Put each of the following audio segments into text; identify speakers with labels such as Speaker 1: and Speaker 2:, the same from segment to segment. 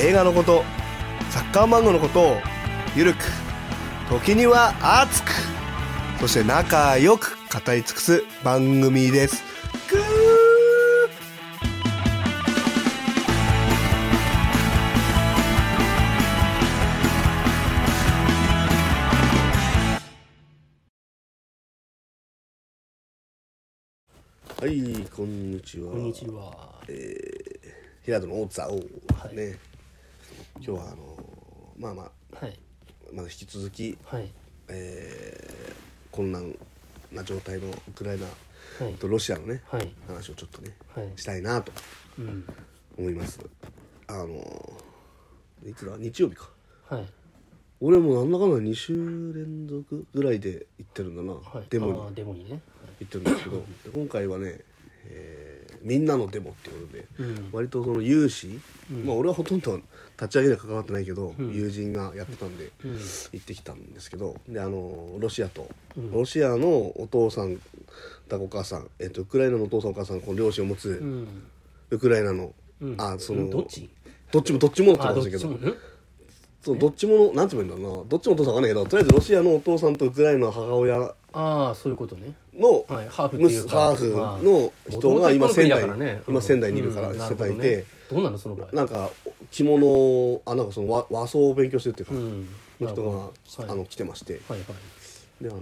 Speaker 1: 映画のことサッカー漫画のことをゆるく時には熱くそして仲良く語り尽くす番組ですぐーはい、こんにちは。
Speaker 2: こんにちは。
Speaker 1: 平戸の大津さんを、ね今日はあのーまあまあ
Speaker 2: はい。
Speaker 1: まだ引き続き、
Speaker 2: はい。
Speaker 1: えー困難な状態のウクライナ
Speaker 2: はい。
Speaker 1: とロシアのね、
Speaker 2: はい。
Speaker 1: 話をちょっとね、
Speaker 2: はい
Speaker 1: したいなと
Speaker 2: うん。
Speaker 1: 思いますあのーいつだ日曜日か
Speaker 2: はい。
Speaker 1: 俺もなんだかんだ2週連続ぐらいで行ってるんだな、
Speaker 2: はい。
Speaker 1: デモに
Speaker 2: あーデモにね。
Speaker 1: 行ってるんですけど今回はね、えーみんなのデモっていうことで、
Speaker 2: うん
Speaker 1: 割とその有志、まあ俺はほとんど立ち上げには関わってないけど、友人がやってたんで、
Speaker 2: うん
Speaker 1: 行ってきたんですけどであのロシアと、ロシアのお父さんだお母さん、えっとウクライナのお父さんお母さんこの両親を持つ、
Speaker 2: うん。
Speaker 1: ウクライナの、
Speaker 2: うん
Speaker 1: あその
Speaker 2: どっち
Speaker 1: どっちもどっちものって
Speaker 2: あ
Speaker 1: こ
Speaker 2: ー、
Speaker 1: と
Speaker 2: ど
Speaker 1: でした
Speaker 2: っち
Speaker 1: け
Speaker 2: も
Speaker 1: ど
Speaker 2: ね。
Speaker 1: そうどっちものなんて言うんだろうなどっちもお父さんわかんないけどとりあえずロシアのお父さんとウクライナの母親
Speaker 2: ああ、そういうことね。
Speaker 1: の、
Speaker 2: はいハーフって
Speaker 1: む
Speaker 2: い
Speaker 1: す
Speaker 2: うか
Speaker 1: ハーフの人が今仙台、今仙台にいるから、世
Speaker 2: 世
Speaker 1: 帯
Speaker 2: 界
Speaker 1: いて、
Speaker 2: どうなのその場合。
Speaker 1: なんか着物をあなんかその和和装を勉強してるっていうか、
Speaker 2: うん。
Speaker 1: の人が、
Speaker 2: はい
Speaker 1: あの来てまして、
Speaker 2: はいはい。
Speaker 1: であの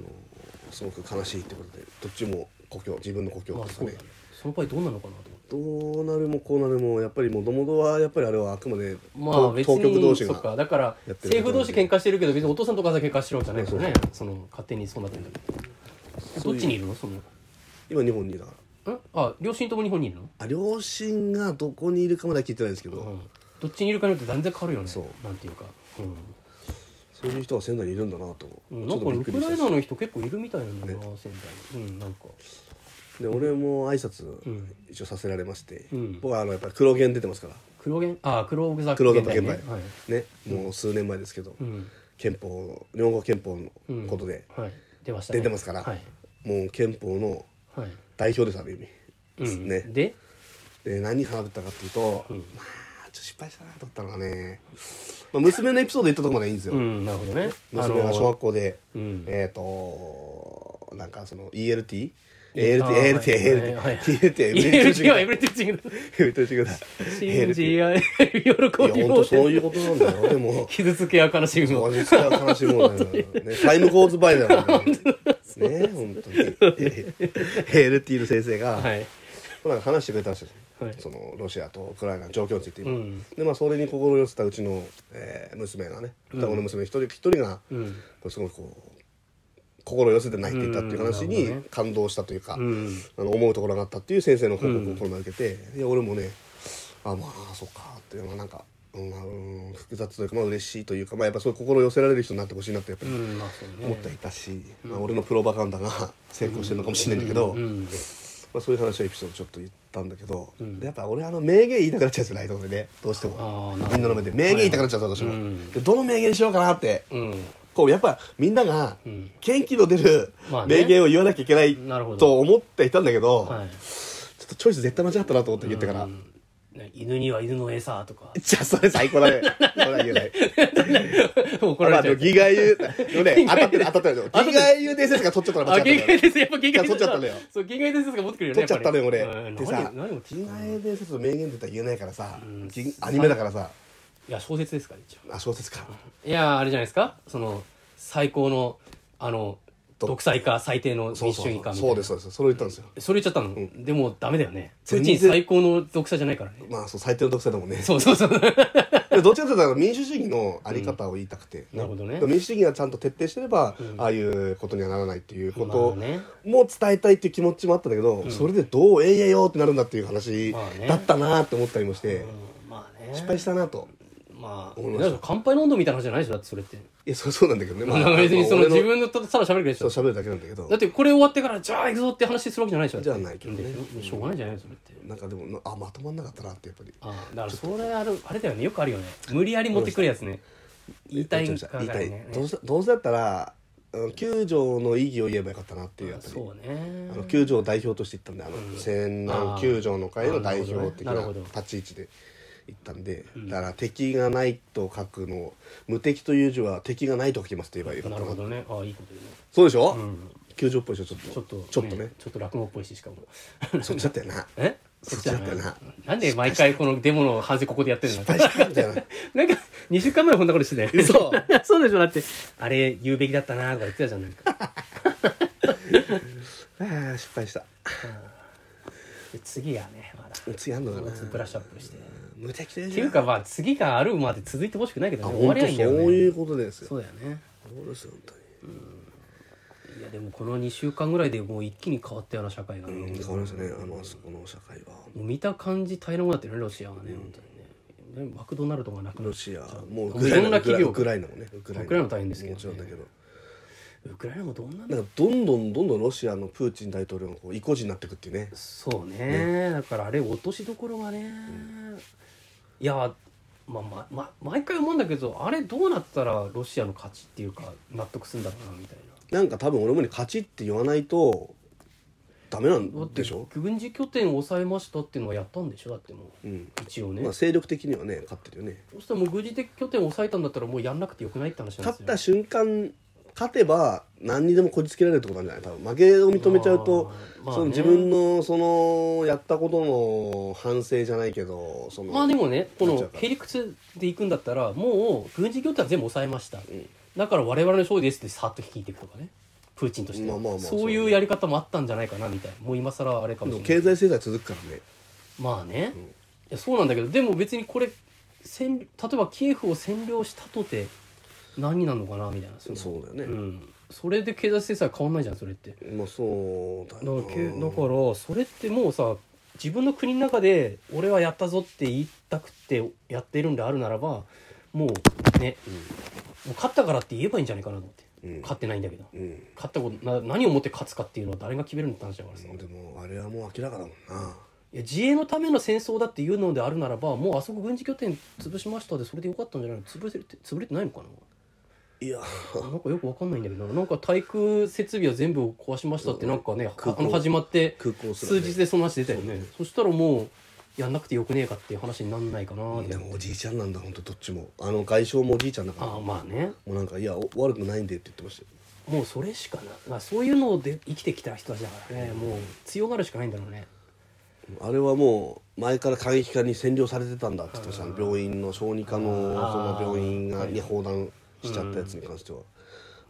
Speaker 1: すごく悲しいってことでどっちも故郷自分の故郷
Speaker 2: まあ
Speaker 1: です
Speaker 2: そう
Speaker 1: ね
Speaker 2: だね。その場合どうなのかなと思って。
Speaker 1: どうなるもこうなるもやっぱりもともとはやっぱりあれはあくまで、
Speaker 2: ま
Speaker 1: 当
Speaker 2: あ別
Speaker 1: 当局同
Speaker 2: に
Speaker 1: 士
Speaker 2: そっ
Speaker 1: が
Speaker 2: かだから
Speaker 1: やってる
Speaker 2: 政府同士喧嘩してるけど別にお父さんとお母さん喧嘩してるわけじゃないからねその勝手にそうなってるんだけどどっちにいるのそのん
Speaker 1: 今日本にいたから
Speaker 2: あ両親とも日本にいるの
Speaker 1: あ両親がどこにいるかまでは聞いてないですけど、
Speaker 2: うんどっちにいるかによって全然変わるよね
Speaker 1: そう
Speaker 2: なんていうか、う
Speaker 1: そういう人が仙台にいるんだなと、
Speaker 2: んうん、
Speaker 1: ち
Speaker 2: な
Speaker 1: ょ
Speaker 2: ん
Speaker 1: っ
Speaker 2: か
Speaker 1: と
Speaker 2: ね
Speaker 1: びっ
Speaker 2: ウ
Speaker 1: く
Speaker 2: ク
Speaker 1: りし
Speaker 2: ラ
Speaker 1: ま
Speaker 2: イ
Speaker 1: し
Speaker 2: ナの人結構いるみたいなんだよな、仙台にうんなんか
Speaker 1: たで俺も挨拶
Speaker 2: ん
Speaker 1: 一応させられまして、
Speaker 2: うん
Speaker 1: 僕はあのやっぱり黒源出てますから
Speaker 2: 黒源あ黒ザ
Speaker 1: 黒源
Speaker 2: 源
Speaker 1: と
Speaker 2: 現
Speaker 1: 現代
Speaker 2: 代ねはい
Speaker 1: ねもう数年前ですけど、
Speaker 2: うん
Speaker 1: 憲法日本語憲法
Speaker 2: う
Speaker 1: の
Speaker 2: ん
Speaker 1: ことで
Speaker 2: はい、出ました、ね、
Speaker 1: 出てますから、
Speaker 2: はい、
Speaker 1: もう憲法の
Speaker 2: はい
Speaker 1: 代表ですある意味、
Speaker 2: うん、
Speaker 1: ね
Speaker 2: で、
Speaker 1: で何話ったかっていうと、
Speaker 2: うん
Speaker 1: まあちょっと失敗したなと思ったのがね、まあ、娘のエピソード言ったとこまでいいんですよ、
Speaker 2: うん、なるほどね
Speaker 1: 娘が小学校で、
Speaker 2: うん
Speaker 1: えっ、となんかその ELT?ALT、
Speaker 2: あー
Speaker 1: ALT、
Speaker 2: はいはい
Speaker 1: ALT、ELT、
Speaker 2: エブリティはエブ
Speaker 1: ALT、
Speaker 2: リティチング
Speaker 1: ALT、
Speaker 2: 信
Speaker 1: ALT、
Speaker 2: じ合える喜
Speaker 1: い
Speaker 2: び
Speaker 1: や、
Speaker 2: を
Speaker 1: 本当そういうことなんだよ。でも、
Speaker 2: 傷つけや悲しみも
Speaker 1: 実は悲しいもんだよ。ね、タイムゴーズバイだよね。ね、本当に。ALT の先生が、
Speaker 2: はい
Speaker 1: なんか話してくれたんですよ、
Speaker 2: はい
Speaker 1: そのロシアとウクライナの状況について今、
Speaker 2: うん
Speaker 1: でまあそれに心寄せたうちの、えー娘がね双子の娘一人一人が、
Speaker 2: うん
Speaker 1: すごくこう心寄せて泣いていたっていう話
Speaker 2: うんなるほど
Speaker 1: に
Speaker 2: ね
Speaker 1: 感動したというか、
Speaker 2: うん
Speaker 1: あの思うところがあったっていう先生の報告をこの前受けて、いや俺もねあまあそうかっていうのはなんか、うんまあうん複雑というかまあ嬉しいというかまあやっぱそういう心寄せられる人になってほしいなってやっぱ
Speaker 2: う
Speaker 1: り
Speaker 2: んまあそうね
Speaker 1: 思っていたし、まあ、俺のプロパガンダが成功してるのかもしれないんだけど。
Speaker 2: うん
Speaker 1: まあ、そういう話をエピソードちょっと言ったんだけど、でやっぱ俺あの名言言いたくなっちゃうんですよライトでねどうしても
Speaker 2: あーなるほど
Speaker 1: みんなの目で名言言いたくなっちゃった私も、
Speaker 2: はいはいうん
Speaker 1: でどの名言にしようかなって、
Speaker 2: うん
Speaker 1: こうやっぱみんなが
Speaker 2: うん
Speaker 1: 元気の出る
Speaker 2: まあね
Speaker 1: 名言を言わなきゃいけない
Speaker 2: なるほど
Speaker 1: と思っていたんだけど、
Speaker 2: はい
Speaker 1: ちょっとチョイス絶対間違ったなと思って言ってから、
Speaker 2: ね犬には犬の餌とか
Speaker 1: じゃあそれ最高だねそれは言えない
Speaker 2: 怒
Speaker 1: あま
Speaker 2: ら
Speaker 1: あ
Speaker 2: れち
Speaker 1: で
Speaker 2: ゃ
Speaker 1: も
Speaker 2: う
Speaker 1: ギガユで もね当たってる当たってる
Speaker 2: 当たって
Speaker 1: ギ
Speaker 2: る
Speaker 1: ガユ伝説が取っちゃったら
Speaker 2: あ、
Speaker 1: 間違
Speaker 2: 銀
Speaker 1: ったから
Speaker 2: 河ですやっぱ銀河
Speaker 1: いや取っちゃったのよ
Speaker 2: そう、銀河伝説が持ってくるよ
Speaker 1: 撮
Speaker 2: ね。
Speaker 1: っちゃったのよ俺
Speaker 2: やぱりうん
Speaker 1: でさ
Speaker 2: 何何を
Speaker 1: 「銀河英伝説」の名言って言ったら言えないからさ
Speaker 2: うん
Speaker 1: 銀アニメだからさ
Speaker 2: いや、小説ですから、一応。
Speaker 1: あ小説か
Speaker 2: いや、あれじゃないですか。その、最高の、あの、
Speaker 1: ど
Speaker 2: 独裁か最低の民主主義かみたいな。
Speaker 1: そうですそうですそれを言ったんですよ
Speaker 2: それ言っちゃったの。でも、ダメだよね。プ
Speaker 1: 全
Speaker 2: ー
Speaker 1: 然
Speaker 2: チン最高の独裁じゃないからね。
Speaker 1: まあそう最低の独裁だもんね
Speaker 2: そうそうそう。
Speaker 1: でどっちかというとあの民主主義のあり方を言いたくて、
Speaker 2: うんなるほどね
Speaker 1: でも民主主義がちゃんと徹底してれば、ああいうことにはならないっていうこと
Speaker 2: まあね
Speaker 1: も伝えたいっていう気持ちもあったんだけど、それでどうええやよってなるんだっていう話
Speaker 2: まあね
Speaker 1: だったなって思ったりもして、
Speaker 2: うんまあね。
Speaker 1: 失敗したなと
Speaker 2: ままあ
Speaker 1: 思いました
Speaker 2: なんか乾杯の温度みたいな話じゃないでしょだってそれって
Speaker 1: いやそう そうなんだけどね、まあ、
Speaker 2: 別にその
Speaker 1: まあ
Speaker 2: 自
Speaker 1: 俺
Speaker 2: 分のただ喋るでし
Speaker 1: そう
Speaker 2: ょ
Speaker 1: 喋るだけなんだけど
Speaker 2: だってこれ終わってからじゃあ行くぞって話するわけじゃないでしょ
Speaker 1: じゃないけどね
Speaker 2: でしょしょうがないじゃないそれって
Speaker 1: なんかでもなあまとまんなかったなってやっぱり
Speaker 2: ああだからそれあるあれだよねよくあるよね無理やり持ってくるやつね言いたい
Speaker 1: ど
Speaker 2: ん
Speaker 1: うした
Speaker 2: かが
Speaker 1: 言いたい
Speaker 2: ね
Speaker 1: どうせどうせだったらあの九条の意義を言えばよかったなっていうやっぱり
Speaker 2: そうね
Speaker 1: あの九条を代表として行ったんであの、千南九条の会の代表的
Speaker 2: あ
Speaker 1: な
Speaker 2: ーなるほどね
Speaker 1: 立ち位置で行ったんで、だから敵がないと書くのを無敵という字は敵がないと書きますと言えばよかった
Speaker 2: な
Speaker 1: な
Speaker 2: るほどねああいいこと言うね
Speaker 1: そうでしょ、
Speaker 2: ん
Speaker 1: 九条っぽいでしょちょっと
Speaker 2: ちょっと
Speaker 1: ちょっとね
Speaker 2: ちょっと落語っぽいしし かも
Speaker 1: そっちだったよな
Speaker 2: え
Speaker 1: そっちだったよな
Speaker 2: なんで毎回このデモの反省ここでやってるの
Speaker 1: 大したみたいな
Speaker 2: なんか、2週間前こんなことしてたよね。
Speaker 1: 嘘
Speaker 2: そうでしょだって、あれ言うべきだったなとか言ってたじゃん、なんか。
Speaker 1: ああ失敗した
Speaker 2: で次がね、まだ。
Speaker 1: 次あんのかな
Speaker 2: ブラッシュアップして。っ
Speaker 1: 無敵という
Speaker 2: て
Speaker 1: 字
Speaker 2: いう
Speaker 1: は
Speaker 2: かまあ、次があるまで続いてほしくないけ
Speaker 1: あ
Speaker 2: どね。終わ
Speaker 1: 本
Speaker 2: り
Speaker 1: 当
Speaker 2: ゃ
Speaker 1: そ
Speaker 2: いういんだよね。
Speaker 1: いうことですよ
Speaker 2: そうだよね。
Speaker 1: そうですよ本当に
Speaker 2: いや、でもこの2週間ぐらいでもう一気に変わったような社会がね。
Speaker 1: うん、変わりましたねあのあそこの社会は
Speaker 2: もう見た感じ平らもなってるね、ロシアはね、本当にね。でマクドナルドがなくな
Speaker 1: ロ
Speaker 2: っ
Speaker 1: シアもう
Speaker 2: いろんな企業
Speaker 1: ウクライナもねウク
Speaker 2: ウクライナも大変ですけどね
Speaker 1: もちろんだけど
Speaker 2: ウクライナもどんなんだ
Speaker 1: なんかどんどんどんどんロシアのプーチン大統領のこう意固地になっていくっていうね
Speaker 2: そうねだからあれ落としどころがね、いやまあまま毎回思うんだけどあれどうなったらロシアの勝ちっていうか納得するんだろうなみたいな
Speaker 1: なんか多分俺もに勝ちって言わないとダメなんでし
Speaker 2: だっ
Speaker 1: ょ、
Speaker 2: て軍事拠点を抑えましたっていうのはやったんでしょだってもう
Speaker 1: うん
Speaker 2: 一応ね、
Speaker 1: まあ、精力的にはね勝ってるよね
Speaker 2: そしたらもう軍事的拠点を抑えたんだったらもうやんなくてよくないって話なんで
Speaker 1: 勝っ
Speaker 2: すよ
Speaker 1: た瞬間勝てば何にでもこじつけられるってことなんじゃない多分負けを認めちゃうと、
Speaker 2: あーまあね
Speaker 1: その自分のそのやったことの反省じゃないけどその、
Speaker 2: まあでもねこ
Speaker 1: なっちゃ
Speaker 2: の
Speaker 1: うから
Speaker 2: へりくつで行くんだったらもう軍事拠点は全部抑えました、だから我々の勝利ですってさっと引いていくとかねプーチンとして、
Speaker 1: まあまあまあ
Speaker 2: そういうやり方もあったんじゃないかなみたいなもう今更あれかも
Speaker 1: で
Speaker 2: し
Speaker 1: も
Speaker 2: れない
Speaker 1: 経済制裁続くからね
Speaker 2: まあね、いやそうなんだけどでも別にこれ占例えばキエフを占領したとて何になるのかなみたいなその
Speaker 1: そうだよね、
Speaker 2: うん、それで経済制裁変わんないじゃんそれって
Speaker 1: まあそうだ
Speaker 2: だから
Speaker 1: よ
Speaker 2: けだか
Speaker 1: な
Speaker 2: らそれってもうさ自分の国の中で俺はやったぞって言いたくてやってるんであるならばもうね、もう勝ったからって言えばいいんじゃないかなと思っ
Speaker 1: う
Speaker 2: て、
Speaker 1: ん
Speaker 2: 勝ってないんだけど、
Speaker 1: うん
Speaker 2: 勝ったことな何をもって勝つかっていうのは誰が決めるのって話だからさ、い
Speaker 1: でもあれはもう明らかだもんな
Speaker 2: や自衛のための戦争だっていうのであるならばもうあそこ軍事拠点潰しましたでそれでよかったんじゃないの潰れてる潰れてないのかない
Speaker 1: や
Speaker 2: なんかよくわかんないんだけどなんか対空設備は全部壊しましたってなんかね、
Speaker 1: 空港
Speaker 2: あの始まって
Speaker 1: 空港すら
Speaker 2: 数
Speaker 1: ね
Speaker 2: 日でその話出たよねそしたらもうやんなくてよくねえかっていう話になんないかなって
Speaker 1: でもおじいちゃんなんだ本当どっちもあの外相もおじいちゃんだから
Speaker 2: ああまあね
Speaker 1: もうなんかいやお悪くないんでって言ってましたよ
Speaker 2: もうそれしかな、まあ、そういうので生きてきた人たちだからねもう強がるしかないんだろうね
Speaker 1: あれはもう前から過激化に占領されてたんだって言ってましたね病院の小児科の
Speaker 2: あー
Speaker 1: その病院がに砲弾しちゃったやつに関しては、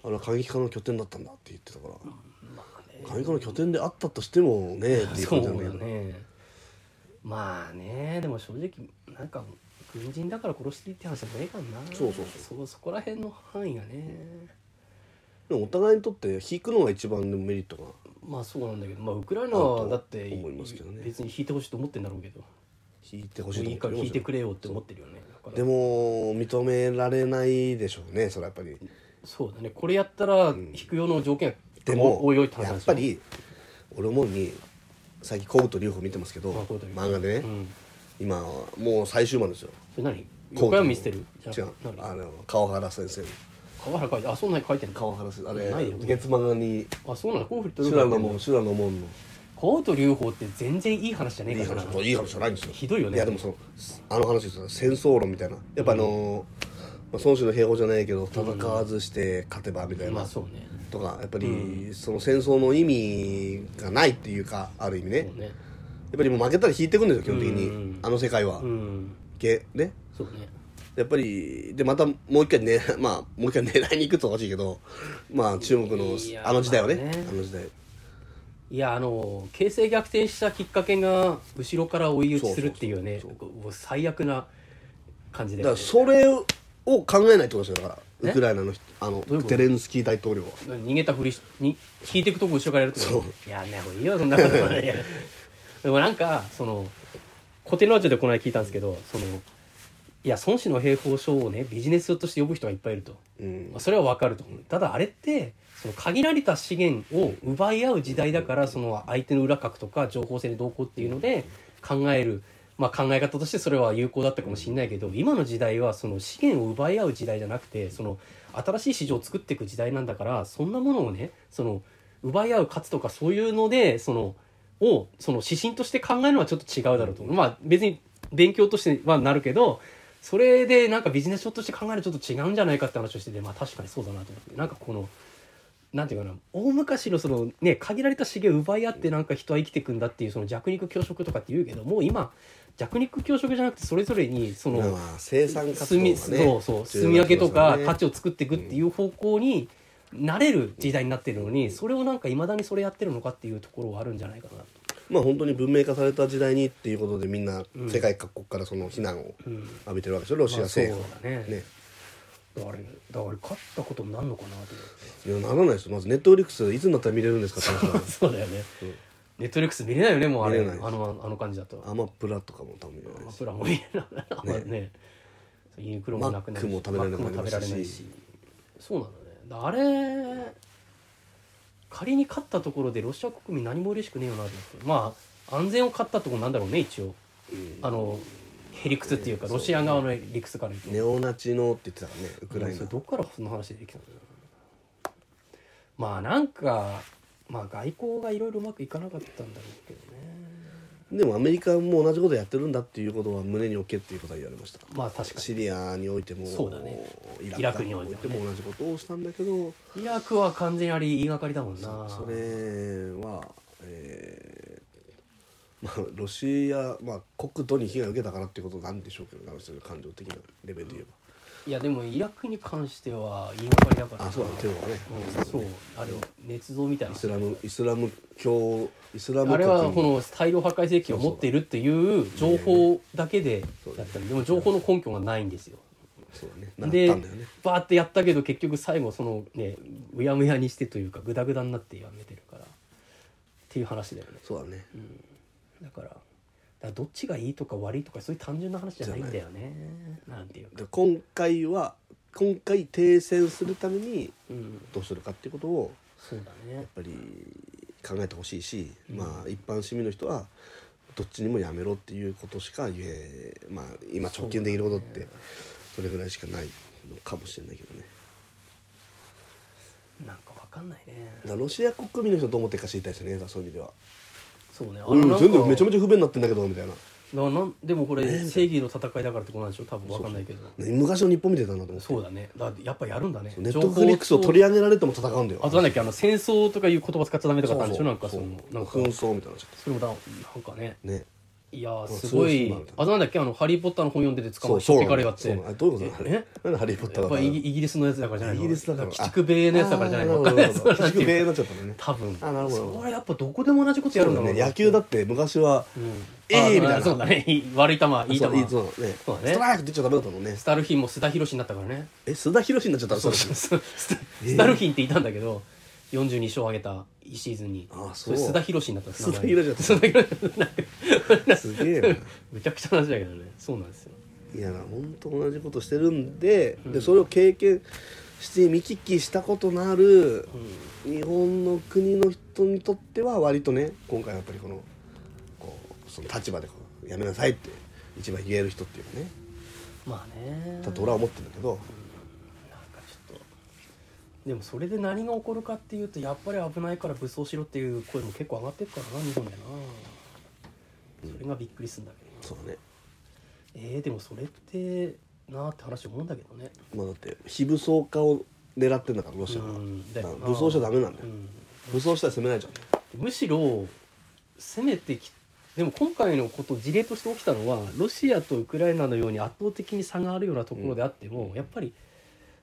Speaker 1: あれは過激化の拠点だったんだって言ってたから、
Speaker 2: まあね
Speaker 1: 過激化の拠点であったとしてもねっていう
Speaker 2: そ
Speaker 1: 感
Speaker 2: う
Speaker 1: じ
Speaker 2: だ
Speaker 1: なんだけど
Speaker 2: ねまあねでも正直なんか軍人だから殺していいって話じゃないからな
Speaker 1: そうそう
Speaker 2: そうそこら辺の範囲がね
Speaker 1: でもお互いにとって引くのが一番のメリットが
Speaker 2: まあそうなんだけど、まあ、ウクライナはだって
Speaker 1: 思いますけどね
Speaker 2: 別に引いてほしいと思ってんだろうけど
Speaker 1: 引いてほしいと思
Speaker 2: いい
Speaker 1: って
Speaker 2: か
Speaker 1: る
Speaker 2: ら引いてくれよって思ってるよねだから
Speaker 1: でも認められないでしょうねそれはやっぱり
Speaker 2: そうだねこれやったら引く用の条件は
Speaker 1: で
Speaker 2: お
Speaker 1: も
Speaker 2: いおいって話
Speaker 1: や
Speaker 2: な
Speaker 1: っ
Speaker 2: んですよ
Speaker 1: ぱり俺思うに最近「コウとリュウホ」見てますけど
Speaker 2: あコウとリュウホ
Speaker 1: 漫画でね、
Speaker 2: うん
Speaker 1: 今もう最終話ですよ
Speaker 2: それ何
Speaker 1: コウと
Speaker 2: 横山見せてるじゃ
Speaker 1: 違う
Speaker 2: あ何
Speaker 1: あの川原先生
Speaker 2: 川原書いてあそんなに書いてんの
Speaker 1: 川原先生あ
Speaker 2: な
Speaker 1: れ
Speaker 2: いよ
Speaker 1: 月漫画に
Speaker 2: あそうなのコンフリ
Speaker 1: 「
Speaker 2: ット
Speaker 1: 修羅の門」「修羅の門」の
Speaker 2: 川と流法って全然いい話じゃね
Speaker 1: いい
Speaker 2: えから
Speaker 1: 話いい話じゃないんですよ
Speaker 2: ひどいよね
Speaker 1: いやでもそのあの話ですよ戦争論みたいなやっぱあのーまあ孫子の兵法じゃないけど戦わずして勝てばみたいな、
Speaker 2: まあそうね
Speaker 1: とかやっぱりその戦争の意味がないっていうかある意味ねやっ
Speaker 2: そうね
Speaker 1: ぱりもう負けたら引いてくんですよ基本的
Speaker 2: うんうん
Speaker 1: にあの世界は、
Speaker 2: うん
Speaker 1: けね
Speaker 2: そうね
Speaker 1: やっぱりでまたもう一回ね まあもう一回狙いに行くとおかしいけどまあ中国の
Speaker 2: いや
Speaker 1: あの時代はね,、
Speaker 2: まあね
Speaker 1: あの時代
Speaker 2: いやあの形勢逆転したきっかけが後ろから追い打ちするっていうね
Speaker 1: そうそう
Speaker 2: もう最悪な感じで
Speaker 1: だからそれを考えないってことですよだから
Speaker 2: ね
Speaker 1: ウクライナの人あの
Speaker 2: ういうこと
Speaker 1: ゼレンスキー大統領は
Speaker 2: 逃げたふりしに引いていくとこ後ろからやるってこ
Speaker 1: そう
Speaker 2: といやんない方がいいよそんなことはねい やでもなんかそのコテのラジオでこの間聞いたんですけどそのいや孫子の兵法書をねビジネス用として呼ぶ人がいっぱいいると、
Speaker 1: うん
Speaker 2: まあ、それはわかると思うただあれってその限られた資源を奪い合う時代だからその相手の裏核とか情報戦でどうこうっていうので考える、まあ、考え方としてそれは有効だったかもしれないけど今の時代はその資源を奪い合う時代じゃなくてその新しい市場を作っていく時代なんだからそんなものをねその奪い合う勝つとかそういうのでそのをその指針として考えるのはちょっと違うだろうと思うまあ別に勉強としてはなるけどそれでなんかビジネス書として考えるのちょっと違うんじゃないかって話をしててまあ確かにそうだなと思ってなんかこのなんていうかな大昔のそのね限られた資源を奪い合ってなんか人は生きていくんだっていうその弱肉強食とかって言うけどもう今弱肉強食じゃなくてそれぞれにその、
Speaker 1: まあまあ生産活動
Speaker 2: 住
Speaker 1: がね
Speaker 2: みそうそう住み分けとか価値
Speaker 1: を
Speaker 2: を作っていくっていう方向になれる時代になってるのにそれをなんかいまだにそれやってるのかっていうところはあるんじゃないかなと、
Speaker 1: まあ本当に文明化された時代にっていうことでみんな世界各国からその非難を
Speaker 2: うん、
Speaker 1: 浴びてるわけでしょロシア
Speaker 2: まあそう
Speaker 1: 政府は
Speaker 2: だね
Speaker 1: ね
Speaker 2: だからあれだからあれ勝ったことになるのかなと思っ
Speaker 1: いやならないですよまずネットフリックスいつになったら見れるんですかって話なん
Speaker 2: て
Speaker 1: で
Speaker 2: そうだよね、ネットフリックス見れないよねもうあ
Speaker 1: 見
Speaker 2: れ
Speaker 1: れないです
Speaker 2: あのあの感じだと
Speaker 1: アマプラとかも多分見れない
Speaker 2: アマ
Speaker 1: です
Speaker 2: プラも見れないね ねユニクロもなくなる
Speaker 1: マックも食べられなくなりましたし
Speaker 2: マックも食べられないしそうなのねだあれ仮に勝ったところでロシア国民何も嬉しくねえよなと思ってまあ安全を勝ったところなんだろうね一応あのへりくつっていうかロシア側の理屈から言うと
Speaker 1: ネオナチのって言ってたからねウクライ
Speaker 2: そ
Speaker 1: ナ
Speaker 2: れどっからその話できたのまあなんか、まあ、外交がいろいろうまくいかなかったんだろうけどね
Speaker 1: でもアメリカも同じことやってるんだっていうことは胸に置けっていうことは言われました
Speaker 2: まあ確か
Speaker 1: シリアにおいても
Speaker 2: そうだね
Speaker 1: イラク
Speaker 2: イラクにおいて
Speaker 1: においても
Speaker 2: も
Speaker 1: 同じことをしたんだけど
Speaker 2: にイラクは完全にあれ言いがかりだもんな
Speaker 1: それは、えーまあ、ロシア、まあ、国土に被害を受けたからっていうことなんでしょうけどねその感情的なレベルで言え
Speaker 2: いやでもイラクに関しては言いがかりだから
Speaker 1: ばあそうだねテロはね
Speaker 2: うんそうあれ捏造みたい
Speaker 1: イ
Speaker 2: な
Speaker 1: スラムイスラム教イスラム
Speaker 2: あれはこ
Speaker 1: の
Speaker 2: の大量破壊請求を持っているっていう情報だけで
Speaker 1: そうだ
Speaker 2: や
Speaker 1: ね
Speaker 2: ったのでも情報の根拠がないんですよ
Speaker 1: そうだねな
Speaker 2: で
Speaker 1: ったんだよね
Speaker 2: バーってやったけど結局最後そのねうやむやにしてというかグダグダになってやめてるからっていう話だよね
Speaker 1: そうだね、
Speaker 2: だからだからどっちがいいとか悪いとかそういう単純な話じゃないんだよねなんていうか、
Speaker 1: で今回は今回停戦するために
Speaker 2: うん、
Speaker 1: どうするかっていうことを
Speaker 2: そうだね
Speaker 1: やっぱり考えてほしいし、まあ一般市民の人はどっちにもやめろっていうことしか言えまあ今直近できることってそれぐらいしかないのかもしれないけどね
Speaker 2: なんかわかんない
Speaker 1: だ
Speaker 2: ね
Speaker 1: からロシア国民の人どう思ってるか知りたいですよねだからそういう意味では
Speaker 2: そうねあ
Speaker 1: うん全然めちゃめ
Speaker 2: ち
Speaker 1: ちゃ不便になってんだけどみたいな
Speaker 2: ゃなんでもこれ正義の戦いだからってことなんでしょ多分わかんないけど
Speaker 1: 昔の日本見てたなと思って
Speaker 2: そうだねだってやっぱやるんだね
Speaker 1: ネットフリックスを取り
Speaker 2: 上げ
Speaker 1: 上げられても戦うんだよ
Speaker 2: あとなんだっけあの戦争とかいう言葉使っちゃダメとかあったんでしょなんかそ
Speaker 1: そう
Speaker 2: のなんか
Speaker 1: 紛争みたいになっちゃっ
Speaker 2: それもだなんかね
Speaker 1: たね
Speaker 2: いやー
Speaker 1: そう
Speaker 2: すご
Speaker 1: そう
Speaker 2: い
Speaker 1: そうなんだ
Speaker 2: あとなんだっけあの「ハリー・ポッター」の本読んでて捕まって
Speaker 1: そう
Speaker 2: 引
Speaker 1: なの
Speaker 2: っかれがあって
Speaker 1: そうなのあれどういうことなのあれ
Speaker 2: え
Speaker 1: なんでハリー・ポッターだ
Speaker 2: やっ
Speaker 1: か
Speaker 2: ぱ
Speaker 1: ら
Speaker 2: イギイギリスのやつだからじゃない
Speaker 1: イ
Speaker 2: の
Speaker 1: ギリスだから
Speaker 2: 鬼畜米のやつだからじゃないの
Speaker 1: あ
Speaker 2: わ
Speaker 1: ー
Speaker 2: かんない
Speaker 1: なる
Speaker 2: そ
Speaker 1: ほ
Speaker 2: う
Speaker 1: どなるほど鬼畜米になっちゃったのね
Speaker 2: 多分
Speaker 1: あなるほど
Speaker 2: それはやっぱどこでも同じことやるんだろう
Speaker 1: ね、
Speaker 2: な
Speaker 1: 野球だって昔は
Speaker 2: うん
Speaker 1: 「ええ!」みたい
Speaker 2: あ
Speaker 1: な
Speaker 2: そうだねいい悪い球いい球
Speaker 1: そういそうね
Speaker 2: そうだね
Speaker 1: ストライクって言っちゃダメだったもんね
Speaker 2: スタルヒンも須田博になったからね
Speaker 1: え須田博になっちゃったの
Speaker 2: そう
Speaker 1: だ
Speaker 2: そうそうスタスタルヒンっていたんだけど42勝を挙げた1シーズンに
Speaker 1: あ
Speaker 2: そ
Speaker 1: そう
Speaker 2: れ須田博になった
Speaker 1: 須田博だった
Speaker 2: 須田博なんか
Speaker 1: すげえ な
Speaker 2: むちゃくちゃな話だけどねそうなんですよ
Speaker 1: いや本当同じことしてるんで,、でそれを経験して見聞きしたことのある日本の国の人にとっては割とね今回はやっぱりこのこうその立場でこうやめなさいって一番言える人っていうかね
Speaker 2: まあね
Speaker 1: だと俺は思ってるんだけど、
Speaker 2: なんかちょっとでもそれで何が起こるかっていうとやっぱり危ないから武装しろっていう声も結構上がってるからな日本でなそれがびっくりするんだけどな、
Speaker 1: そうだね
Speaker 2: えー、でもそれってなーって話思うんだけどね
Speaker 1: まあだって非武装化を狙ってんだからロシアは、
Speaker 2: うんだ
Speaker 1: だ
Speaker 2: よ
Speaker 1: か
Speaker 2: な
Speaker 1: ら武装しちゃダメなんだよ、
Speaker 2: うん
Speaker 1: 武装したら攻めないじゃん
Speaker 2: むしろ攻めてきでも今回のこと事例として起きたのはロシアとウクライナのように圧倒的に差があるようなところであっても、やっぱり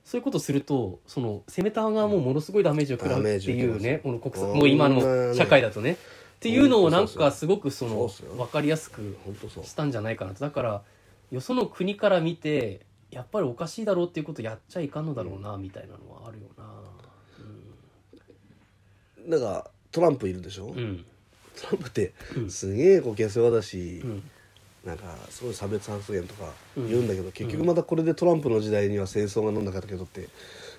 Speaker 2: そういうことするとその攻めた側もものすごいダメージを食らうっていうね、
Speaker 1: ダメージを
Speaker 2: この国際
Speaker 1: こんなね
Speaker 2: もう今の社会だとねっていうのをなんかすごく
Speaker 1: そ
Speaker 2: そ
Speaker 1: う
Speaker 2: の
Speaker 1: っすよ
Speaker 2: 分かりやすく
Speaker 1: 本当そう
Speaker 2: したんじゃないかなとだからよその国から見てやっぱりおかしいだろうっていうことやっちゃいかんのだろうなみたいなのはあるよな。
Speaker 1: だからトランプいるでしょ、
Speaker 2: うん、
Speaker 1: トランプって
Speaker 2: うん
Speaker 1: すげえこう下世話だし、
Speaker 2: うん
Speaker 1: なんかすごい差別発言とか
Speaker 2: うん
Speaker 1: 言うんだけど、結局またこれでトランプの時代には戦争がなんだかったけどって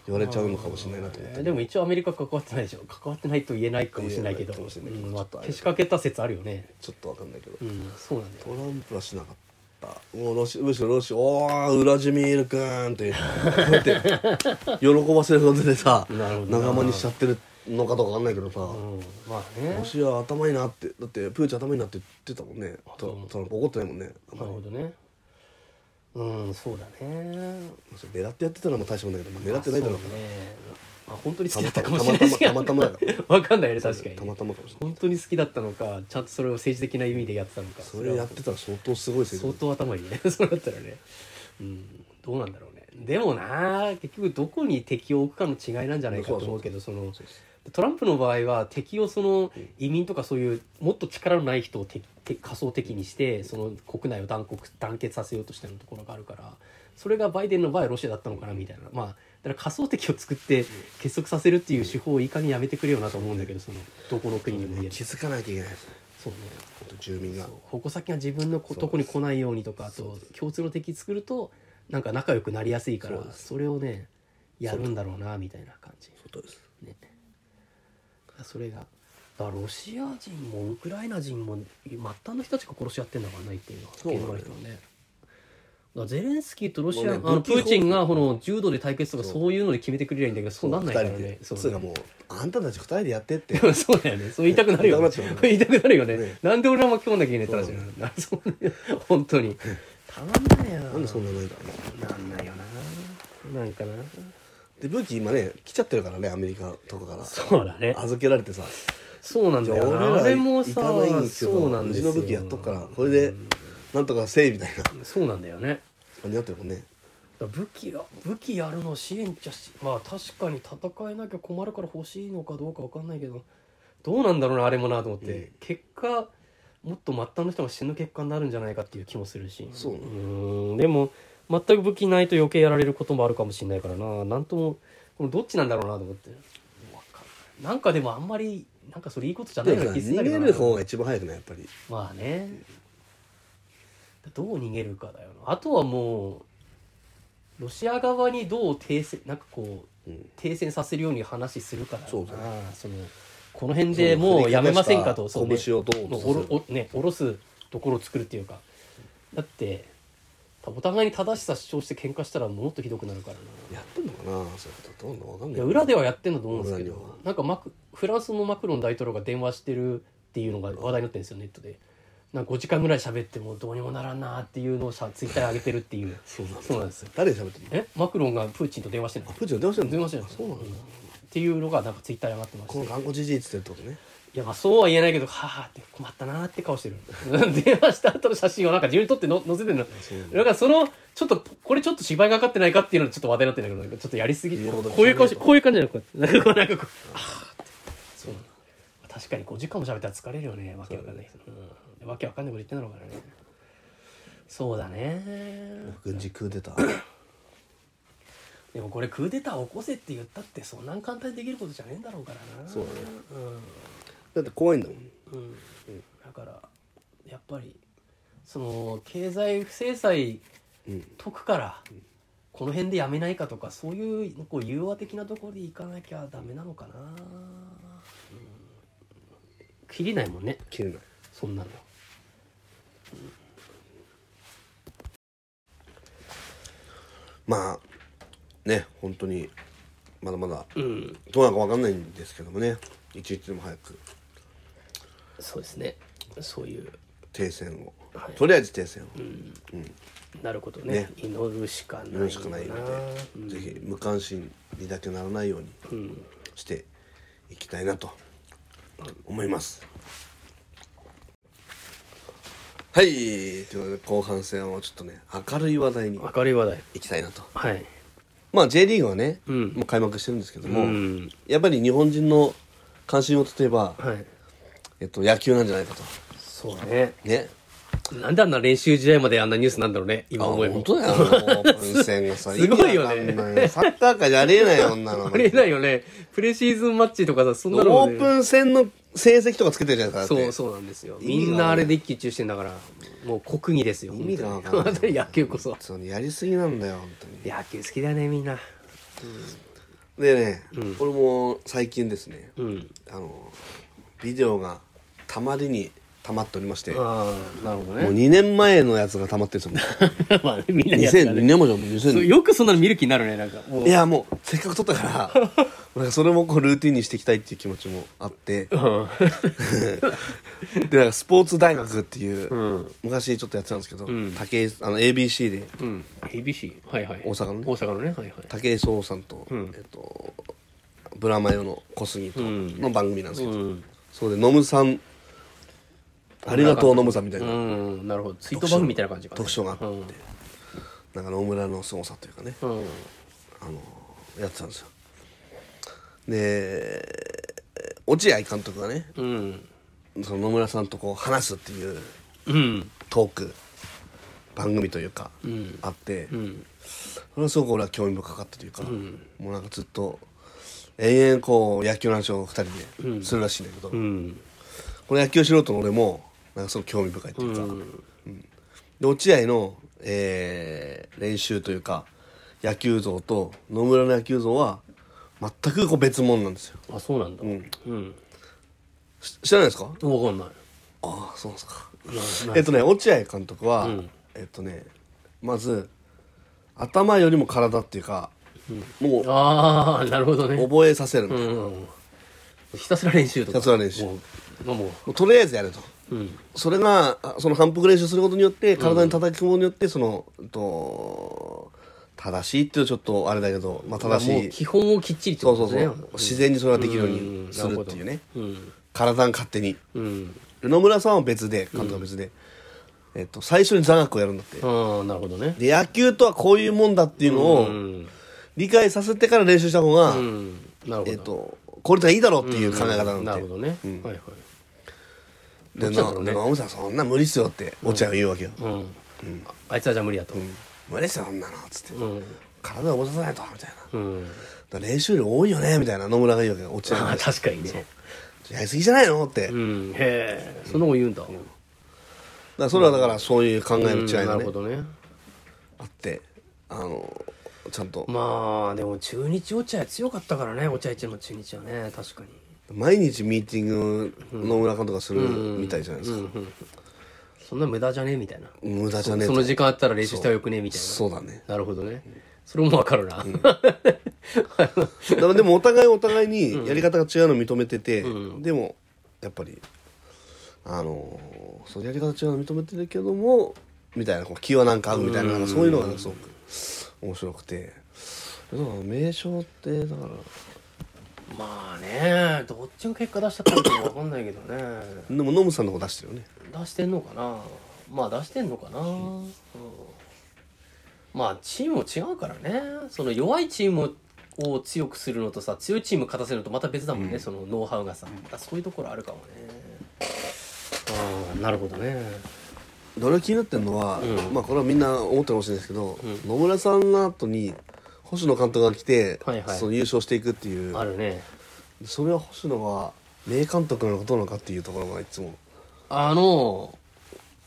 Speaker 1: 言われちゃうのかもしれないなと思っ
Speaker 2: えー
Speaker 1: て
Speaker 2: でも一応アメリカ関わってないでしょ関わってないと言えないかもしれないけど
Speaker 1: 言えないかもしれないけど
Speaker 2: うんまあ
Speaker 1: ちょっとあれ
Speaker 2: けしかけた説あるよね
Speaker 1: ちょっとわかんないけど、
Speaker 2: うんそうなんだよ
Speaker 1: トランプはしなかったもうロシむしろロシおーウラジミールくんってこうやって 喜ばせることでさ
Speaker 2: なるほどな
Speaker 1: 仲間にしちゃってるのかどうかわかんないけどさ、
Speaker 2: うんまあね
Speaker 1: ロシア頭いいなってだってプーチン頭いいなって言ってたもんねト
Speaker 2: うん
Speaker 1: トランプ怒ってないもんねあん
Speaker 2: な
Speaker 1: ま
Speaker 2: る
Speaker 1: り
Speaker 2: ほどねうんそうだね
Speaker 1: それ狙ってやってたらもう大したもんだけど狙ってないだろう
Speaker 2: あ
Speaker 1: か
Speaker 2: そう
Speaker 1: ら
Speaker 2: ねまあ本当に好きだ ったかもしれないし
Speaker 1: たまたまたまたま
Speaker 2: わかんないよね確かに
Speaker 1: たまたまかもしれない
Speaker 2: 本当に好きだったのかちゃんとそれを政治的な意味でやってたのか
Speaker 1: それやってたら相当すごいです
Speaker 2: 相当頭いいね そうだったらねうんどうなんだろうねでもな結局どこに敵を置くかの違いなんじゃないかと思うけどその
Speaker 1: そうです
Speaker 2: トランプの場合は敵をその移民とかそういうもっと力のない人を敵敵仮想敵にしてその国内を団国団結させようとしてるところがあるからそれがバイデンの場合はロシアだったのかなみたいなまあだから仮想敵を作って結束させるっていう手法をいかにやめてくれよなと思うんだけどそのどこの国にも言える
Speaker 1: 気づかないといけないです
Speaker 2: そうね
Speaker 1: 本当住民が
Speaker 2: 矛先が自分のこ
Speaker 1: そう
Speaker 2: とこに来ないようにとかあと共通の敵作るとなんか仲良くなりやすいから
Speaker 1: そう
Speaker 2: そ
Speaker 1: で
Speaker 2: れをねやるんだろうなみたいな感じ
Speaker 1: そうです
Speaker 2: ねそれがだからロシア人もウクライナ人も末端の人たちが殺し合ってんだからないっていうのは
Speaker 1: そうだね
Speaker 2: 現場の人はねだからゼレンスキーとロシ
Speaker 1: もう
Speaker 2: ア、
Speaker 1: ね
Speaker 2: あの
Speaker 1: 武器
Speaker 2: プ
Speaker 1: 法
Speaker 2: ーチンがこの柔道で対決とか
Speaker 1: そう
Speaker 2: そういうので決めてくれりゃいいんだけどそうなんないから
Speaker 1: 二人
Speaker 2: ね
Speaker 1: で
Speaker 2: そう
Speaker 1: つうかもうあんたたち二人でやってって
Speaker 2: でも そうだよね。そう言いたくなるよ
Speaker 1: 言いたくな
Speaker 2: ね。
Speaker 1: っちゃう
Speaker 2: 言いたくなるよね
Speaker 1: ね。
Speaker 2: なんで俺ら巻き込んなきゃいけないって話になる。 そうね本当に。たまんないよ。
Speaker 1: なんでそんなないだ
Speaker 2: なんないよな。なんかな。
Speaker 1: で武器今ね来ちゃってるからねアメリカとかから
Speaker 2: そうだね。
Speaker 1: 預けられてさ
Speaker 2: そうなん
Speaker 1: じ
Speaker 2: だ
Speaker 1: ゃあ
Speaker 2: よ
Speaker 1: 俺
Speaker 2: な。あ
Speaker 1: ら
Speaker 2: れも
Speaker 1: い
Speaker 2: さ、
Speaker 1: かないんですけ
Speaker 2: そうな
Speaker 1: ど
Speaker 2: ん
Speaker 1: う
Speaker 2: で
Speaker 1: ち
Speaker 2: すよ。
Speaker 1: の武器やっとくからこれでなんとかせいみたいな感
Speaker 2: そうなんだよね。
Speaker 1: じになってるもんね
Speaker 2: だから武器が武器やるの支援じゃしまあ確かに戦えなきゃ困るから欲しいのかどうか分かんないけどどうなんだろうなあれもなと思って、
Speaker 1: うん
Speaker 2: 結果もっと末端の人が死ぬ結果になるんじゃないかっていう気もするし
Speaker 1: そうね
Speaker 2: ーんでも全く武器ないと余計やられることもあるかもしれないからななんともこのどっちなんだろうなと思ってわかんないなんかでもあんまりなんかそれいいことじゃない
Speaker 1: で
Speaker 2: よう
Speaker 1: も
Speaker 2: な
Speaker 1: さ
Speaker 2: 気する
Speaker 1: 逃
Speaker 2: んだけど
Speaker 1: げ
Speaker 2: な
Speaker 1: る方が一番早くないやっぱり
Speaker 2: まあねどう逃げるかだよなあとはもうロシア側にどう停戦なんかこう
Speaker 1: うん
Speaker 2: 停戦させるように話するから
Speaker 1: そうだ
Speaker 2: そのこの辺でもうやめませんかと
Speaker 1: そう
Speaker 2: ね
Speaker 1: 拳をどう
Speaker 2: もうおろおね下ろすところを作るっていうかだってお互いに正しさ主張して喧嘩したらもっとひどくなるからな
Speaker 1: やってんのかなそういうことどうなのわかんないい
Speaker 2: や裏ではやってんだと思うんですけ
Speaker 1: 裏には
Speaker 2: どなんかマクフランスのマクロン大統領が電話してるっていうのが話題になってるんですよネットでなんか5時間ぐらい喋ってもどうにもならんなっていうのをさツイッターに上げてるっていう
Speaker 1: そうなんだ
Speaker 2: そうなんですよ
Speaker 1: 誰で喋ってるの
Speaker 2: えマクロンがプーチンと電話してる
Speaker 1: あ
Speaker 2: の
Speaker 1: プーチンの電話してんの
Speaker 2: 電話してるの
Speaker 1: そうなんだ
Speaker 2: んっていうのがなんかツイッターに上がってまし
Speaker 1: この
Speaker 2: て
Speaker 1: 頑固じじいっつってるってことね
Speaker 2: いやまあそうは言えないけどはあって困ったなーって顔してる 電話した後の写真をなんか自分に撮っての載せてるの
Speaker 1: そうなんだ
Speaker 2: だからそのちょっとこれちょっと芝居がかかってないかっていうのがちょっと話題になってるんだけどなんかちょっとやりすぎ
Speaker 1: いいことですね
Speaker 2: こういう顔してこういう感じなのこうやってなんかこうなんかこう あーってそうなんだ確かに5時間も喋ったら疲れるよねわけわかんないけどうんわけわかんないこと言ってんだろうからねそうだね
Speaker 1: 軍事クーデター
Speaker 2: でもこれクーデター起こせって言ったってそんなん簡単にできることじゃねえんだろうからな
Speaker 1: そうだね
Speaker 2: うん
Speaker 1: だって怖いんだもん
Speaker 2: うん、だからやっぱりその経済不制裁
Speaker 1: うん
Speaker 2: 解くから、この辺でやめないかとかそういうこう融和的なところでいかなきゃダメなのかな、うん切りないもんね
Speaker 1: 切れない
Speaker 2: そんなの、
Speaker 1: まあね本当にまだまだ
Speaker 2: うん、
Speaker 1: どうなるかわかんないんですけどもね一日でも早く
Speaker 2: そうですねそういう
Speaker 1: 停戦を、
Speaker 2: はい
Speaker 1: とりあえず停戦を、
Speaker 2: なることね
Speaker 1: ね
Speaker 2: 祈るしかない
Speaker 1: よろしくないの
Speaker 2: う
Speaker 1: で、
Speaker 2: ん
Speaker 1: ぜひ無関心にだけならないように
Speaker 2: うん
Speaker 1: していきたいなと思います。はい、ということで後半戦はちょっとね明るい話題に
Speaker 2: 明るい話題
Speaker 1: いきたいなと。
Speaker 2: はい
Speaker 1: まあ J リーグはね、
Speaker 2: うん
Speaker 1: もう開幕してるんですけど
Speaker 2: う
Speaker 1: も、
Speaker 2: ん
Speaker 1: やっぱり日本人の関心を例えば、
Speaker 2: はい
Speaker 1: えっと野球なんじゃないかと
Speaker 2: そうだね
Speaker 1: ね。
Speaker 2: なんであんな練習試合まであんなニュースなんだろうね、今
Speaker 1: あ
Speaker 2: 思えば。
Speaker 1: 本当だよ。オープン戦がさ、
Speaker 2: すごいよね
Speaker 1: 意味わかんないサッ カー界じゃありえないよ、女の。
Speaker 2: ありえないよね。プレシーズンマッチとかさ、そんなの
Speaker 1: オ
Speaker 2: もね
Speaker 1: ープン戦の成績とかつけてるじゃないですか。だ
Speaker 2: そ
Speaker 1: って
Speaker 2: うそうなんですよ
Speaker 1: 意味が
Speaker 2: みんなあれで一喜一憂してんだからもう国技ですよ
Speaker 1: 意味がわかんない
Speaker 2: 本当に 野球こそ
Speaker 1: そのやりすぎなんだよ、本当に。
Speaker 2: 野球好きだねみんな
Speaker 1: でね、
Speaker 2: うん
Speaker 1: 俺も最近ですね、
Speaker 2: うん
Speaker 1: あの、ビデオがたまりにたまっておりまして、も
Speaker 2: ああなるほど
Speaker 1: う2年前のやつがたまってる んですよ。
Speaker 2: まあねみんなやってた
Speaker 1: 2002
Speaker 2: ね
Speaker 1: 年もじゃん、2002
Speaker 2: そうよくそんなの見る気になるねなんかもう
Speaker 1: いや、もう、せっかく撮ったから、 なんかそれもこうルーティンにしていきたいっていう気持ちもあって、
Speaker 2: うん
Speaker 1: で、なんかスポーツ大学っていう、
Speaker 2: うん
Speaker 1: 昔ちょっとやってたんですけど、武
Speaker 2: ん
Speaker 1: 井、あの、ABC で、
Speaker 2: うん厳しいはいはい
Speaker 1: 大阪のね
Speaker 2: 大阪のねはいはい
Speaker 1: 武井壮さんと、
Speaker 2: うん
Speaker 1: えっと、ブラマヨの小杉と
Speaker 2: うん
Speaker 1: の番組なんですけど、
Speaker 2: ん
Speaker 1: そうで、ノムさん、ありがとうノムさんみたいな、
Speaker 2: うんなるほどツイート番組みたいな感じかね
Speaker 1: 特徴があって
Speaker 2: うん
Speaker 1: なんか野村の凄さというかね、
Speaker 2: うん
Speaker 1: あの、やってたんですよ。で、落合監督がね、
Speaker 2: うん
Speaker 1: その野村さんとこう話すっていう
Speaker 2: うん
Speaker 1: トーク番組というか、
Speaker 2: ん
Speaker 1: あって、
Speaker 2: うん
Speaker 1: それはすごく俺は興味深かったというか、
Speaker 2: ん
Speaker 1: もうなんかずっと延々こう野球の話を二人でするらしいんだけど、
Speaker 2: うん
Speaker 1: この野球素人の俺もなんかすごく興味深いというか、
Speaker 2: うん
Speaker 1: で落合の、えー練習というか野球像と野村の野球像は全くこう別物なんですよ
Speaker 2: あそうなんだ
Speaker 1: ん
Speaker 2: うん
Speaker 1: し知らないですか
Speaker 2: 分かんない
Speaker 1: ああそうなんですか
Speaker 2: なな
Speaker 1: えっとね落合監督は、
Speaker 2: うん
Speaker 1: えっとねまず頭よりも体っていうか、もう
Speaker 2: ああなるほどね
Speaker 1: 覚えさせるの、
Speaker 2: うんうんひたすら練習とか
Speaker 1: ひたすら練習
Speaker 2: もうも
Speaker 1: もうとりあえずやれと
Speaker 2: ううん
Speaker 1: それがあその反復練習することによって体に叩き込むことによってその、うんと正しいっていうとちょっとあれだけど、まあ、正
Speaker 2: も
Speaker 1: し
Speaker 2: う
Speaker 1: い
Speaker 2: 基本をきっちりって
Speaker 1: そ
Speaker 2: こ
Speaker 1: うそ
Speaker 2: と
Speaker 1: うそ
Speaker 2: ね
Speaker 1: う自然にそれができるよう
Speaker 2: うん
Speaker 1: にするっていうね、
Speaker 2: うん
Speaker 1: 体が勝手に
Speaker 2: うん
Speaker 1: 野村さんは別で監督は別で、えっと、最初に座学をやるんだって、
Speaker 2: ああなるほどね
Speaker 1: で野球とはこういうもんだっていうのを、
Speaker 2: うん
Speaker 1: 理解させてから練習した方が、
Speaker 2: うんなるほど
Speaker 1: えっ、と、効率がいいだろうっていう考え方なんで。
Speaker 2: なるほどね
Speaker 1: うん
Speaker 2: はいはい
Speaker 1: で、
Speaker 2: どっち
Speaker 1: な
Speaker 2: だろうね
Speaker 1: で野村さん、そんな無理っすよって、落合が言うわけよ。
Speaker 2: うんああいつはじゃあ無理だと
Speaker 1: うん無理っすよ、そんなの、つって。
Speaker 2: うん
Speaker 1: 体を動かさないと、みたいな。
Speaker 2: うん
Speaker 1: だから練習量多いよね、みたいな野村が言うわけよ、落合
Speaker 2: あ
Speaker 1: が
Speaker 2: あ。 確かにね
Speaker 1: やりすぎじゃないのって。
Speaker 2: う
Speaker 1: だか
Speaker 2: んへえそんなこと言うんだ
Speaker 1: らそれはだから、そういう考えの
Speaker 2: うん
Speaker 1: 違い
Speaker 2: な
Speaker 1: が
Speaker 2: る
Speaker 1: ね
Speaker 2: ほ、どね
Speaker 1: あって、あの、ちゃんと、
Speaker 2: まあでも中日落合強かったからね落合ちゃんの中日はね確かに
Speaker 1: 毎日ミーティング、野村監督がするみたいじゃないですか。
Speaker 2: そんな無駄じゃねえみたいな
Speaker 1: 無駄じゃねえ
Speaker 2: そ
Speaker 1: と
Speaker 2: の時間あったら練習したらよくねえみたい
Speaker 1: そうだね。
Speaker 2: ななるほどねそれもわかるな
Speaker 1: だからでもお互いお互いにやり方が違うのを認めてて、
Speaker 2: う
Speaker 1: でもやっぱりあのーそうやり方違うの認めてるけどもみたいなこう気はなんか合うみたいななんかそういうのがすごく面白くてだから名称ってだから
Speaker 2: まあねどっちが結果出したかっていうのはわかんないけどね
Speaker 1: でもノムさんのこと出してるよね
Speaker 2: 出してんのかなまあ出してんのかな、うんまあチームも違うからねその弱いチームを強くするのとさ強いチーム勝たせるのとまた別だもんね、そのノウハウがさだからそういうところあるかもねああなるほどね
Speaker 1: で俺が気になってるのは、
Speaker 2: うん
Speaker 1: まあこれはみんな思ってるかもしれないですけど、
Speaker 2: うん
Speaker 1: 野村さんの後に星野監督が来て、
Speaker 2: はいはい
Speaker 1: その優勝していくっていう
Speaker 2: あるね
Speaker 1: それは星野が名監督なのかどうなのかっていうところがいつも。
Speaker 2: あの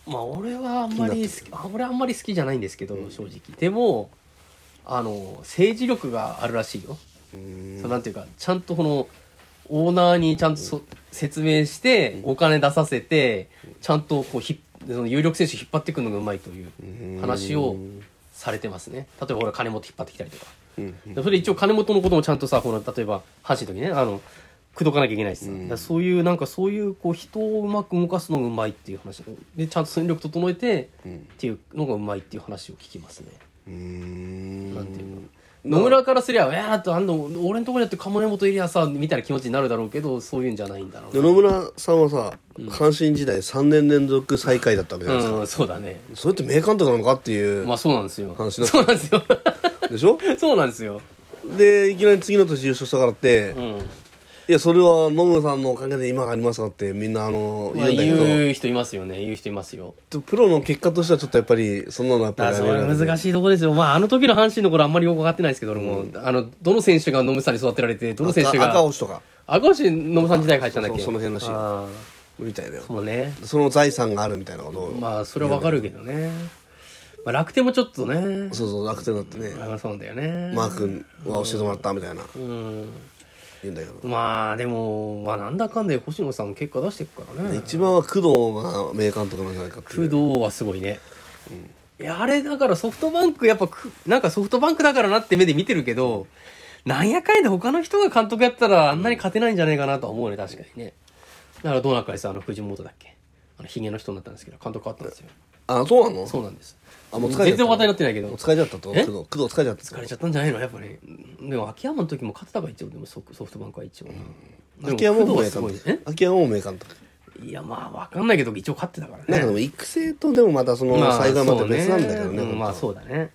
Speaker 2: まあ俺はあんまり
Speaker 1: 気
Speaker 2: 好きあ俺あんまり好きじゃないんですけど、正直でもあの政治力があるらしいよ
Speaker 1: うーん
Speaker 2: そうなんていうかちゃんとこのオーナーにちゃんとそ説明してお金出させてちゃんとこうひその有力選手引っ張ってくるのがうまいという話をされてますね例えばほら金本引っ張ってきたりとかでそれ一応金本のこともちゃんとさこの例えば阪神の時ねあの口説かなきゃいけないしさ、だからそういうなんかそういうこう人をうまく動かすのがうまいっていう話でちゃんと戦力整えてっていうのがうまいっていう話を聞きますね。
Speaker 1: うーん
Speaker 2: なんていうの野村からすりゃ、いやーっと、あんの、俺のところやって金本いりゃさ、みたいな気持ちになるだろうけど、そういうんじゃないんだろう
Speaker 1: 野村さんはさ、阪神時代3年連続最下位だったわけじゃないですか、
Speaker 2: な。うん、そうだね。
Speaker 1: それって名監督なのかっていう、
Speaker 2: まあそうなんですよ。
Speaker 1: 話
Speaker 2: そ
Speaker 1: だ
Speaker 2: うなんですよ。
Speaker 1: でしょ
Speaker 2: そうなんですよ。
Speaker 1: でいきなり次の年優勝したからって、
Speaker 2: う
Speaker 1: い
Speaker 2: ん。
Speaker 1: やそれは野村さんのおかげで今がありますかってみんなあの言
Speaker 2: まあ
Speaker 1: うんだけど、
Speaker 2: 言う人いますよね。言う人いますよ。
Speaker 1: プロの結果としてはちょっとやっぱりそんなのやっぱ
Speaker 2: だから
Speaker 1: り
Speaker 2: それは難しいとこですよ。まああの時の阪神の頃あんまりよくわかってないですけど、俺も、あの、どの選手が野村さんに育てられて、どの選手
Speaker 1: 赤
Speaker 2: が
Speaker 1: 赤星とか
Speaker 2: 赤星信さん時代が入ったんだっけ
Speaker 1: そうその辺らしい
Speaker 2: あ
Speaker 1: みたいだよ
Speaker 2: ーそうね
Speaker 1: その財産があるみたいなことを
Speaker 2: まあそれはわかるけどね、まあ、楽天もちょっとね
Speaker 1: そうそう楽天だってね
Speaker 2: あそうなんだよね
Speaker 1: マー君は教えてもらったみたいな
Speaker 2: うん
Speaker 1: 言うんだけど
Speaker 2: まあでもまあなんだかんだで星野さんも結果出してくからね
Speaker 1: 一番は工藤が名監督なんじゃないかっていう
Speaker 2: 工藤はすごいね、いやあれだからソフトバンクやっぱくなんかソフトバンクだからなって目で見てるけどなんやかんやで他の人が監督やったらあんなに勝てないんじゃないかなとは思うね確かにねだからどなかでさあの藤本だっけあのヒゲの人になったんですけど監督変わったんですよ
Speaker 1: あそうなの
Speaker 2: そうなんです
Speaker 1: あもう疲れちゃった
Speaker 2: 全然話題になってないけど
Speaker 1: もう疲れちゃったと
Speaker 2: え
Speaker 1: 工藤工藤疲れちゃった
Speaker 2: 疲れちゃったんじゃないのやっぱりでも秋山の時も勝てたから一応でもソソフトバンクは一応な、でも
Speaker 1: 秋山も
Speaker 2: 工
Speaker 1: 名
Speaker 2: 藤は
Speaker 1: 監
Speaker 2: すごいね
Speaker 1: 督秋山も名監督
Speaker 2: えいやまあわかんないけど一応勝ってたからね
Speaker 1: なんかでも育成とでもまたその
Speaker 2: まあ
Speaker 1: 災害また
Speaker 2: そうね
Speaker 1: 別なんだけどね
Speaker 2: う
Speaker 1: 本
Speaker 2: ん
Speaker 1: 当
Speaker 2: まあそうだねだか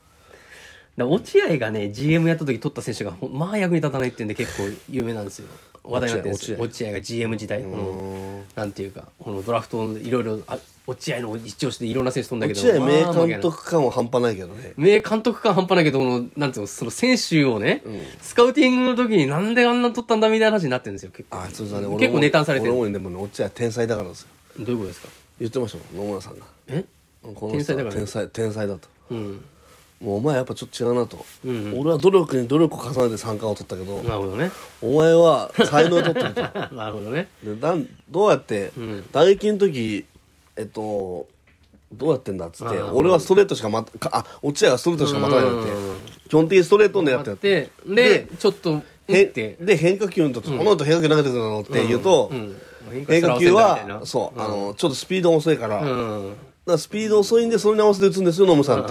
Speaker 2: ら落合がね GM やった時取った選手がほんまあ役に立たないっていうんで結構有名なんですよ話題になってるんですよ
Speaker 1: 落合
Speaker 2: 落合が GM 時代このなんていうかこのドラフトのいろいろあ落合の一押しでいろんな選手飛んだけど
Speaker 1: 落合
Speaker 2: まあ
Speaker 1: 名監督感は半端ないけどね
Speaker 2: 名監督感半端ないけど、この、なんていうの、その選手をね、スカウティングの時になんであんな取ったんだみたいな話になってるんですよ、結構。
Speaker 1: あそうだね
Speaker 2: 結構
Speaker 1: 俺も
Speaker 2: ネタされてる。
Speaker 1: 俺
Speaker 2: ど
Speaker 1: もねでもね落合は天才だからですよ
Speaker 2: ういうことですか
Speaker 1: 言ってましたもん野村さんが
Speaker 2: え
Speaker 1: この
Speaker 2: 天
Speaker 1: 人
Speaker 2: 才
Speaker 1: は
Speaker 2: だから
Speaker 1: 天才天才だと
Speaker 2: うん。
Speaker 1: もうお前やっぱちょっと違うなと、
Speaker 2: うん
Speaker 1: 俺は努力に努力を重ねて三冠を取ったけど、
Speaker 2: なるほ どね。
Speaker 1: お前は才能を取ってると
Speaker 2: なるほどね。
Speaker 1: でなんどうやって、
Speaker 2: ん
Speaker 1: 打撃の時えっとどうやってんだっつって
Speaker 2: あー
Speaker 1: 俺はストレートしかまかあ落合はストレートしか待たないんだって
Speaker 2: うん
Speaker 1: 基本的にストレートでやって
Speaker 2: あ
Speaker 1: や
Speaker 2: っ
Speaker 1: って
Speaker 2: て、で、ちょっと、え
Speaker 1: へ
Speaker 2: って。
Speaker 1: で変化球の時、この人変化球投げてくるのって言うと、
Speaker 2: うんうん
Speaker 1: 変化球
Speaker 2: 変化したら合わせんだみたい
Speaker 1: は
Speaker 2: な
Speaker 1: そう、あのちょっとスピード遅いから、だか
Speaker 2: うん。
Speaker 1: らスピード遅いんでそれに合わせて打つんですよ野村さんっ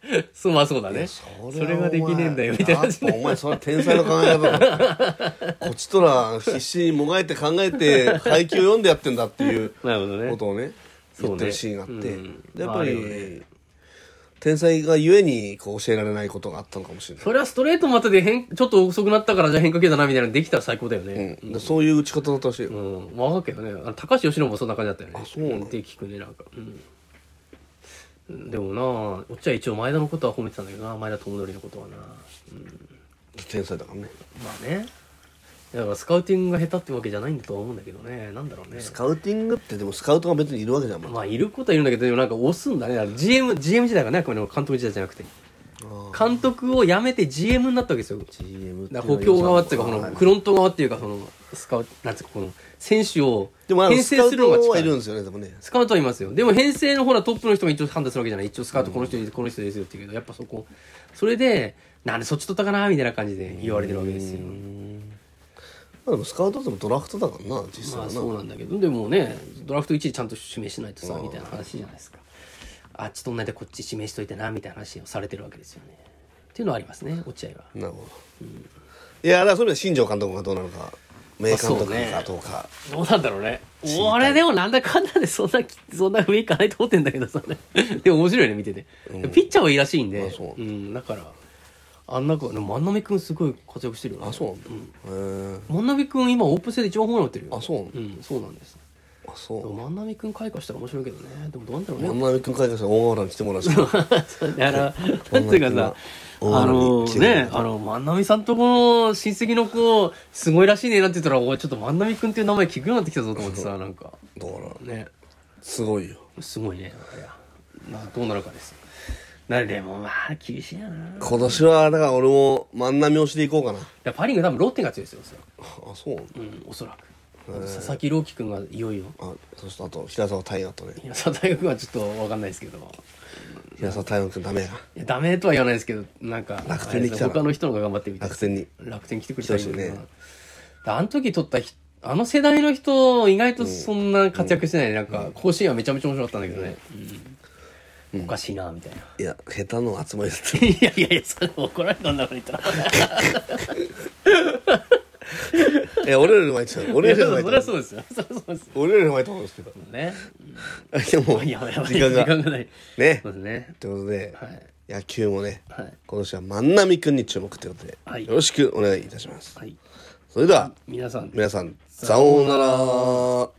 Speaker 1: て
Speaker 2: そう、まあそうだね。 そ
Speaker 1: そ
Speaker 2: れができねえんだよ、みたいな
Speaker 1: やっ
Speaker 2: 話
Speaker 1: ぱ
Speaker 2: ね。
Speaker 1: お前それは天才の考え方だこっちとら必死にもがいて考えて配球を読んでやってんだっていう
Speaker 2: なるほどね
Speaker 1: ことをね
Speaker 2: そ
Speaker 1: 言
Speaker 2: うね
Speaker 1: ってるシーンがあって、
Speaker 2: うん
Speaker 1: でやっぱ
Speaker 2: まああ
Speaker 1: り、
Speaker 2: るよ
Speaker 1: 天才がゆえにこう教えられないことがあったのかもしれない
Speaker 2: それはストレートまたで変、ちょっと遅くなったから、じゃあ変化球だな、みたいなのできたら最高だよね。
Speaker 1: うんでそういう打ち方だったらしいよ、
Speaker 2: うん、まあわかるけどねあの高橋由伸もそんな感じだったよね
Speaker 1: あそうなんだ
Speaker 2: って聞くねなんかうんでもなあおっちゃん一応前田のことは褒めてたんだけどな前田智則のことはな
Speaker 1: 天才だからね
Speaker 2: まあねだからスカウティングが下手ってわけじゃないんだとは思うんだけどねなんだろうね
Speaker 1: スカウティングってでもスカウトが別にいるわけじゃん、まあ
Speaker 2: まあいることはいるんだけどでもなんか押すんだねだから GM, GM 時代がねこの監督時代じゃなくて監督を辞めて GM になったわけですよ
Speaker 1: GM っていうの
Speaker 2: だ
Speaker 1: は
Speaker 2: から補強側っていうかこ
Speaker 1: はい
Speaker 2: のフロント側っていうかそのスカウなんつうかこの選手を
Speaker 1: でもあの
Speaker 2: 編
Speaker 1: ス
Speaker 2: 成
Speaker 1: カ
Speaker 2: す
Speaker 1: ウ
Speaker 2: るのが
Speaker 1: トは
Speaker 2: 近
Speaker 1: い
Speaker 2: い
Speaker 1: るんですよねでもね
Speaker 2: スカウトはいますよ。でも編成のほらトップの人が一応判断するわけじゃない。一応スカウトこの人です、この人ですよって言うけど、やっぱそこ。それで、なんでそっち取ったかなみたいな感じで言われてるわけですよ。
Speaker 1: まあでもスカウトってもドラフトだからな実際
Speaker 2: ま
Speaker 1: は
Speaker 2: あ
Speaker 1: な、
Speaker 2: そうなんだけど、でもね、ドラフト1位ちゃんと指名しないとさ、みたいな話じゃないですか。あっちと同じでこっち指名しといてな、みたいな話をされてるわけですよね。っていうのはありますね、落合は。
Speaker 1: なるほど、いやだからそれは新庄監督がどうなのか名監督
Speaker 2: まあそうね
Speaker 1: かどうか、
Speaker 2: どうなんだろうね。俺でもなんだかんだでそんな、 そんな上いかないと思ってんだけどさ、でも面白いね、 見てて。ピッチャーはいいらしいんで、
Speaker 1: あそう
Speaker 2: うん、だから、あんな子、でも万波君すごい活躍してるよ、ね。
Speaker 1: あそうなんだ、へえ
Speaker 2: 万波君今オープン戦で一番ホームラン打ってるよ。
Speaker 1: あそうなんだ
Speaker 2: うん、そうなんです。
Speaker 1: あそ
Speaker 2: で
Speaker 1: う
Speaker 2: も万波君開花したら面白いけどね。でもどうなんだろうね。
Speaker 1: 万波君からしたら大河原に来てもらうし かない
Speaker 2: そうだから、なんていうかさ、あのね、あの、万波さんとこの親戚の子、すごいらしいねなんて言ったら、おい、ちょっと万波君っていう名前聞くようになってきたぞと思ってさ、なんか、
Speaker 1: だから
Speaker 2: ね。
Speaker 1: すごいよ
Speaker 2: すごいね。あれはまあ、どうなるかです。なでもまあ、厳しいよな。い
Speaker 1: 今年はだから俺も万波推しでいこうかな
Speaker 2: やパ・リーグ多分ロッテが強いですよ、おそら
Speaker 1: あそうなんだ
Speaker 2: く。うん、おそらく。佐々木朗希君がいよいよ。
Speaker 1: あそしてあと平沢大河とね
Speaker 2: いや、佐々木君はちょっとわかんないですけど。
Speaker 1: 平沢大河君ダメや
Speaker 2: いやダメとは言わないですけど、なんか、
Speaker 1: 楽天に来たら
Speaker 2: 他の人の方が頑張ってみたい。
Speaker 1: 楽天に
Speaker 2: 楽天来てくれたらいいのにな
Speaker 1: 来てほしいね
Speaker 2: であの時取った人、あの世代の人、意外とそんな活躍してない。なんか、甲子園はめちゃめちゃ面白かったんだけどね。うんおかしいな、みたいな。
Speaker 1: いや下手の集まりだっ
Speaker 2: いやいやいや、それ怒られたんだから言ったら。
Speaker 1: た いや俺らの前じゃん俺らの前
Speaker 2: そ
Speaker 1: じ
Speaker 2: り
Speaker 1: ゃ
Speaker 2: ゃ
Speaker 1: ん
Speaker 2: そうですよ。そりゃそうですよ。
Speaker 1: 俺らの前と思うんですけど
Speaker 2: ね。
Speaker 1: い やもう
Speaker 2: いやばいやばい。
Speaker 1: 時間
Speaker 2: 時
Speaker 1: が
Speaker 2: 間がない。
Speaker 1: ね
Speaker 2: そうですね。
Speaker 1: ということで、
Speaker 2: はい
Speaker 1: 野球もね、
Speaker 2: はい
Speaker 1: 今年は万波君に注目ということで、
Speaker 2: はい
Speaker 1: よろしくお願いいたします。
Speaker 2: はい。
Speaker 1: それでは、
Speaker 2: 皆さん。
Speaker 1: 皆さん、さようなら。